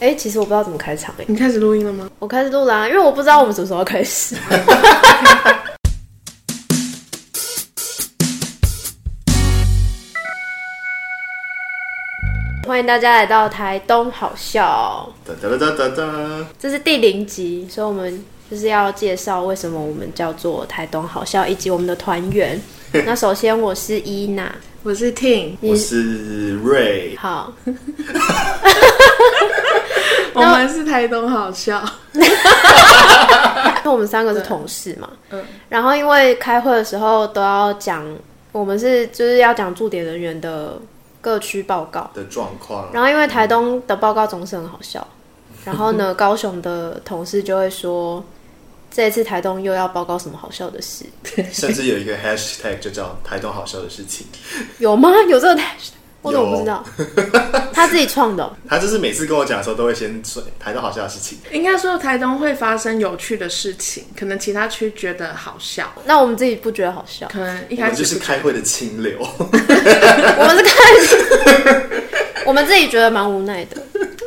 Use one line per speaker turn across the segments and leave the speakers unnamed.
哎、其实我不知道怎么开场哎、
你开始录音了吗？
我开始录啦，因为我不知道我们什么时候要开始。 欢迎大家来到台东好笑，
哒哒哒哒哒！
这是第零集，所以我们就是要介绍为什么我们叫做台东好笑，以及我们的团员。那首先我是伊娜，
我是 Ting，
你
我是瑞，
好，
我们是台东好笑，
因为我们三个是同事嘛，
嗯
然后因为开会的时候都要讲，我们是就是要讲驻点人员的各区报告，
的状况。
然后因为台东的报告总是很好笑，然后呢，高雄的同事就会说，这一次台东又要报告什么好笑的事？
甚至有一个 hashtag 就叫“台东好笑的事情
有吗？有这个我怎么
有
不知道？ 他自己创的哦、”。
他就是每次跟我讲的时候，都会先说“台东好笑的事情
应该说台东会发生有趣的事情，可能其他区觉得好笑，
那我们自己不觉得好笑，
可能”，一
我
开
们
始
就是开会的清流。
我们是看，我们自己觉得蛮无奈的，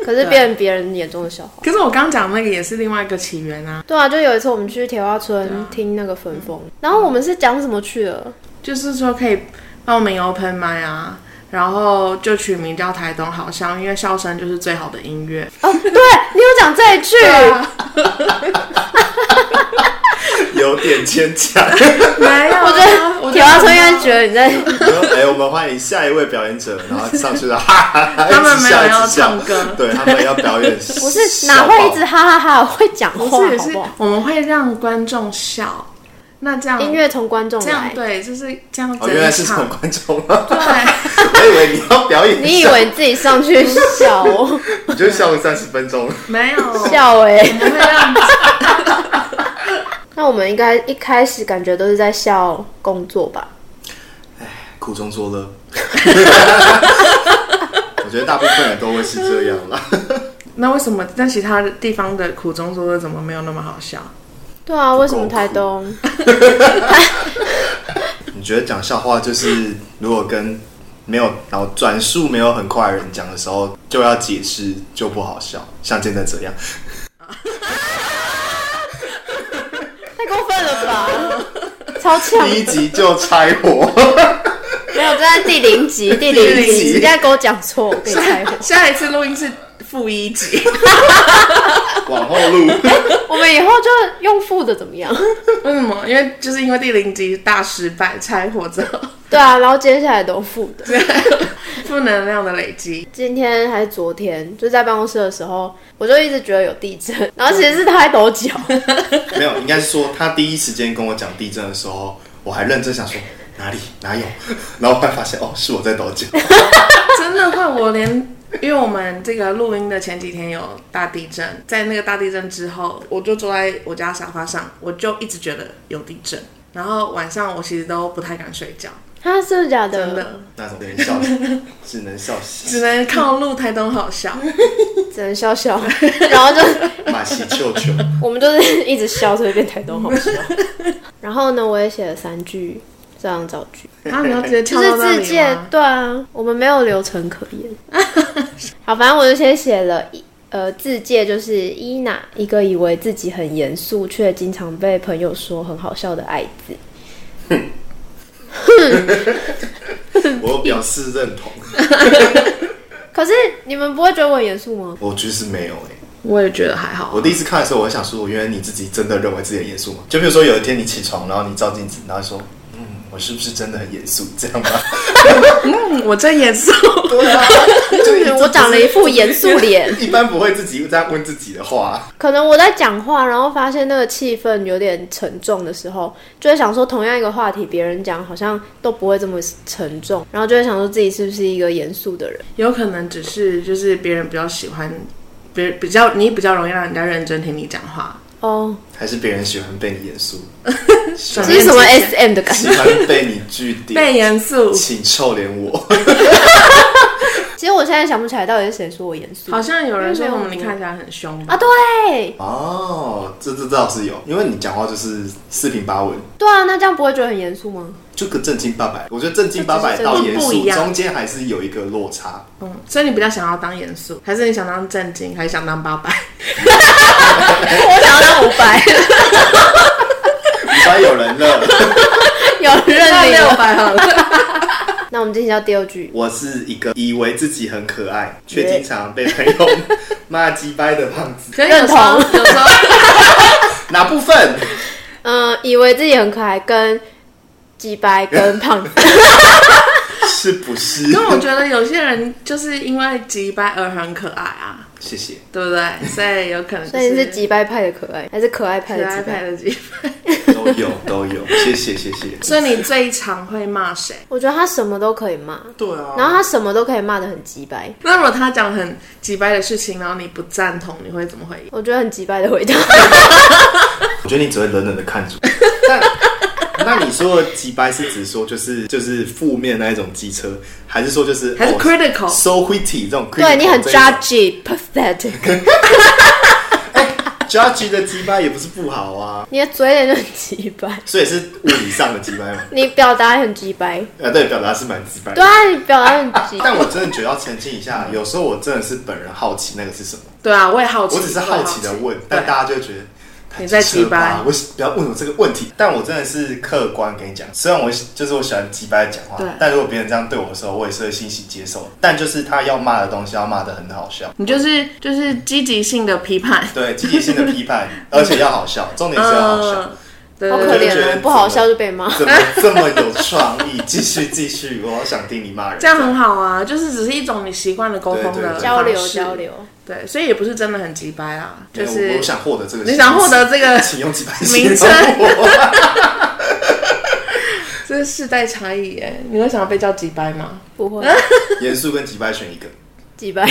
可是变成别人眼中的笑话。
可是我刚讲那个也是另外一个起源啊，
对啊，就有一次我们去铁花村听那个焚风，然后我们是讲什么去了？
就是说可以报名 open m i 啊，然后就取名叫台东好笑，因为笑声就是最好的音乐。
哦，对你有讲这一句，
哎
有点牵强。
没有啊，
我觉得铁花村应该觉得你在，
然后哎、我们欢迎下一位表演者，然后上去了， 哈哈哈，
他们
一
没
直
有
笑
要
一直笑
唱歌
对他们要表演笑爆。哦
不是哪会一直哈哈哈，我会讲话
不是也
好
是
不好？
我们会让观众笑，那这样
音乐从观众
这样
来，
对，就是这样
哦，
整
原来
一
是这种
场。
观众吗？
对，
我以为你要表演，
你以为你自己上去笑哦，
你就笑了三十分钟，
没有，
笑哎、
我们会让
那我们应该一开始感觉都是在笑工作吧？
苦中作乐。我觉得大部分人都会是这样啦。
那为什么那其他地方的苦中作乐怎么没有那么好笑？
对啊，
够
为什么台东？
你觉得讲笑话就是，如果跟没有然后转速没有很快的人讲的时候，就要解释就不好笑，像现在这样。
太过分了吧？超呛！
第一集就拆火，
没有，这在第零集，第零
第零
集，
集
你现在给我讲错，我给你开火。
下一次录音是负一集，
往后录。
我们以后就用负的怎么 样？
为什么？因为就是因为第零集大失败，拆火之后
对啊，然后接下来都负的。
负能量的累积。
今天还是昨天，就在办公室的时候，我就一直觉得有地震，然后其实是他在抖脚，
没有，应该是说他第一时间跟我讲地震的时候，我还认真想说哪里哪有，然后后来发现哦是我在抖脚，
真的会，我连因为我们这个录音的前几天有大地震，在那个大地震之后，我就坐在我家沙发上，我就一直觉得有地震。然后晚上我其实都不太敢睡觉，
他啊真的假的？
真的，
那种能笑，只能笑
只能靠录台东好笑。
只能笑 笑，然后就
马西舅舅。
我们就是一直笑，所以变台东好 笑。然后呢，我也写了三句这样造句，
啊，你要直接
就
跳
是
到那
自
里
荐
吗，？
对啊，我们没有流程可言。 好，反正我就先写了一。呃，自介就是伊娜，一个以为自己很严肃，却经常被朋友说很好笑的爱子。
我有表示认同，
可是你们不会觉得我很严肃吗？
我其实没有哎、
我也觉得还好
我。第一次看的时候，我想说，原来你自己真的认为自己很严肃吗？就比如说有一天你起床，然后你照镜子，然后说，嗯，我是不是真的很严肃？这样吗？
嗯，我真严肃。
对啊，就是
我长了一副严肃脸，
一般不会自己这样问自己的话。
可能我在讲话，然后发现那个气氛有点沉重的时候，就会想说，同样一个话题，别人讲好像都不会这么沉重，然后就会想说自己是不是一个严肃的人？
有可能只是就是别人比较喜欢，别比较你比较容易让人家认真听你讲话。
哦，
还是别人喜欢被你严肃，喜
这
欢
是什么
转变之
S M 的感觉？
喜欢被你据
被
点，
严肃，
请臭脸我。
其其实我现在想不起来到底是谁说我严肃
好像有人说
因为
我
没有
们你看起来很凶吧
啊。对
哦，这这倒是有，因为你讲话就是四平八稳，
对啊，那这样不会觉得很严肃吗？
就个正经八百。我觉得正经八百到
这
严
只是不
肃
一样
中间还是有一个落差。
嗯，所以你比较想要当严肃，还是你想当正经，还是想当八 百？
我想要当五百，
你班有人了，
有 认领
六
了。
百好了。
那我们进行到第二句，
我是一个以为自己很可爱，却经常被朋友骂鸡掰的胖子，
可是有时候，
认
有时候
哪部分？
嗯，以为自己很可爱，跟鸡掰跟胖 子，
是不是
因？为我觉得有些人就是因为急掰而很可爱啊，
谢谢。
对不对？所以有可能就
所以你
是
是鸡掰派的可爱，还是可爱派
可
的鸡
爱派
掰？
的急掰。
都有都 有，谢谢谢谢。
所以你最常会骂谁？
我觉得他什么都可以骂，
对啊，
然后他什么都可以骂的很鸡掰，
那如果他讲很急掰的事情，然后你不赞同，你会怎么回应？
我觉得很鸡掰的回答。
我觉得你只会冷冷的看着我。但那你说的鸡掰是指说就是就是负面那一种机车，还是说就是
还是
哦
critical？
so witty 这种 critical 这
对
一种？
你很 judgy pathetic，
judgy 的鸡掰也不是不好啊，
你的嘴脸就很鸡掰，
所以是物理上的鸡掰嘛。
你表达也很鸡掰。
呃，对，表达是蛮鸡掰的
对。啊，你表达很鸡。
但我真的觉得要澄清一下，有时候我真的是本人好奇那个是什么，
对啊，我也好奇，啊
我只是好奇的问，但大家就会觉得
你在
鸡
鸡
掰，
掰
为什么不要问我这个问题？但我真的是客观跟你讲，虽然我喜就是我喜欢鸡掰讲话
对，
但如果别人这样对我的时候，我也是会欣喜接受。但就是他要骂的东西要骂的很好笑，
你就是就是积极性的批 判，
对积极性的批判，而且要好笑，重点是要好 笑。
嗯，对
好
对
可
对，
怜哦，不好笑就被骂。
怎么这么有创意？继续继续，我好想听你骂人。
这样很好啊，就是只是一种你习惯了沟通
对对
的
对
交流
方式
交，流，
对，所以也不是真的很急掰啊，
对
就
我
是
哎我想获得这个，
你想获得这个
请用鸡掰
名
形容我
这是世代差异耶，你会想要被叫急掰吗？
不会
严肃跟鸡掰选一个，
鸡掰，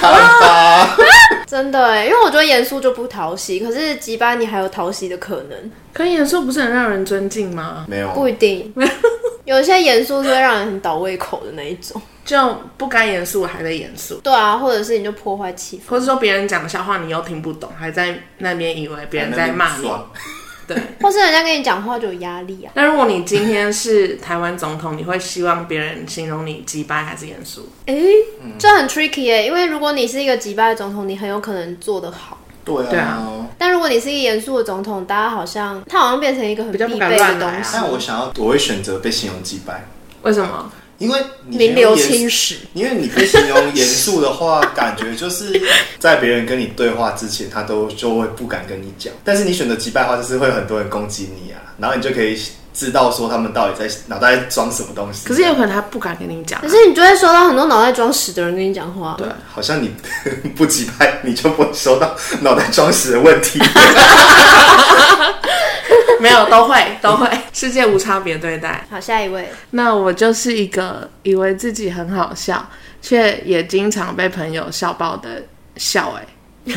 看 吧。
真的哎，因为我觉得严肃就不讨喜，可是鸡掰你还有讨喜的可能，
可严肃不是很让人尊敬吗？
没有，
不一定。 有一些严肃是会让人很倒胃口的那一种，
就不该严肃还在严肃，
对啊，或者是你就破坏气氛。
或者说别人讲的笑话你又听不懂，还在那边以为别人在骂你。
爽
对，
或是人家跟你讲话就有压力啊。
那如果你今天是台湾总统，你会希望别人形容你鸡掰还是严肃？
哎、这很 tricky 哎、因为如果你是一个击败的总统，你很有可能做得好。
对
对
啊
啊。
但如果你是一个严肃的总统，大家好像他好像变成一个很
比较
必
不敢
备的
乱来
东
啊
西，
但我想要，我会选择被形容击败，
为什么？
因为你
名流青
严，
史。
因为你被形容严肃的话，感觉就是在别人跟你对话之前，他都就会不敢跟你讲。但是你选择击败的话，就是会有很多人攻击你啊，然后你就可以知道说他们到底在脑袋在装什么东西。啊
可是有可能他不敢跟你讲啊
可，是你就会收到很多脑袋装屎的人跟你讲话。
对
好像你 不击败，你就不会收到脑袋装屎的问题。
没有都会都会，世界无差别对待。
好，下一位，
那我就是一个以为自己很好笑，却也经常被朋友笑爆的笑哎、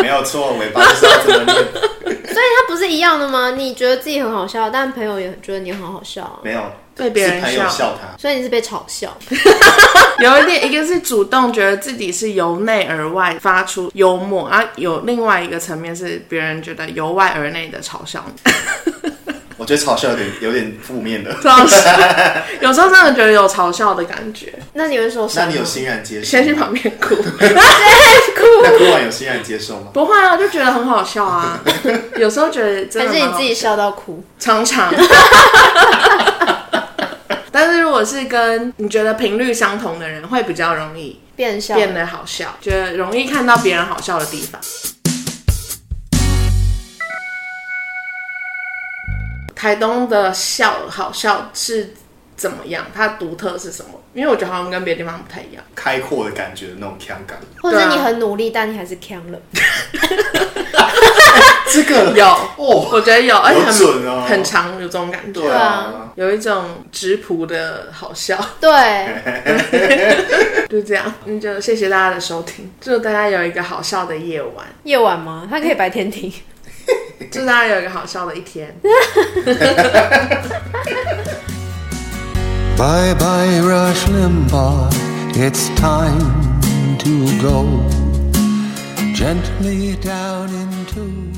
没有错，尾巴就是要这么念。
所以他不是一样的吗？你觉得自己很好笑，但朋友也觉得你很好笑啊、
没有，
被别人
是朋友笑他。
所以你是被嘲 笑。
有一点，一个是主动觉得自己是由内而外发出幽默，啊，有另外一个层面是别人觉得由外而内的嘲笑你。
我觉得嘲笑有点有点负 面的。
嘲笑， 有时候真的觉得有嘲笑的感觉，
那你会受伤
那
吗？
你有欣然接受
先
吗？
去旁边 哭，
那哭完有欣然接受吗？
不会啊，就觉得很好笑啊。有时候觉得真
还
的
是
蛮
你
好
自己笑到哭？
常常。 但是如果是跟你觉得频率相同的人，会比较容易
变笑？
变得好笑，觉得容易看到别人好笑的地方。台东的笑好笑是怎么样？它独特是什么？因为我觉得好像跟别的地方不太一样。
开阔的感觉的那种腔感。
或者是你
对啊
很努力，但你还是呛了？
这个
有
哦，
我觉得有，而且很
准哦
很长，有这种感
对
觉，
啊，
有一种直朴的好笑，
啊
对，
就这样。那就谢谢大家的收听，祝大家有一个好笑的夜晚，
夜晚吗？他可以白天听。
祝大家有一个好笑的一天。
Bye bye, Rush Limbaugh. It's time to go gently down into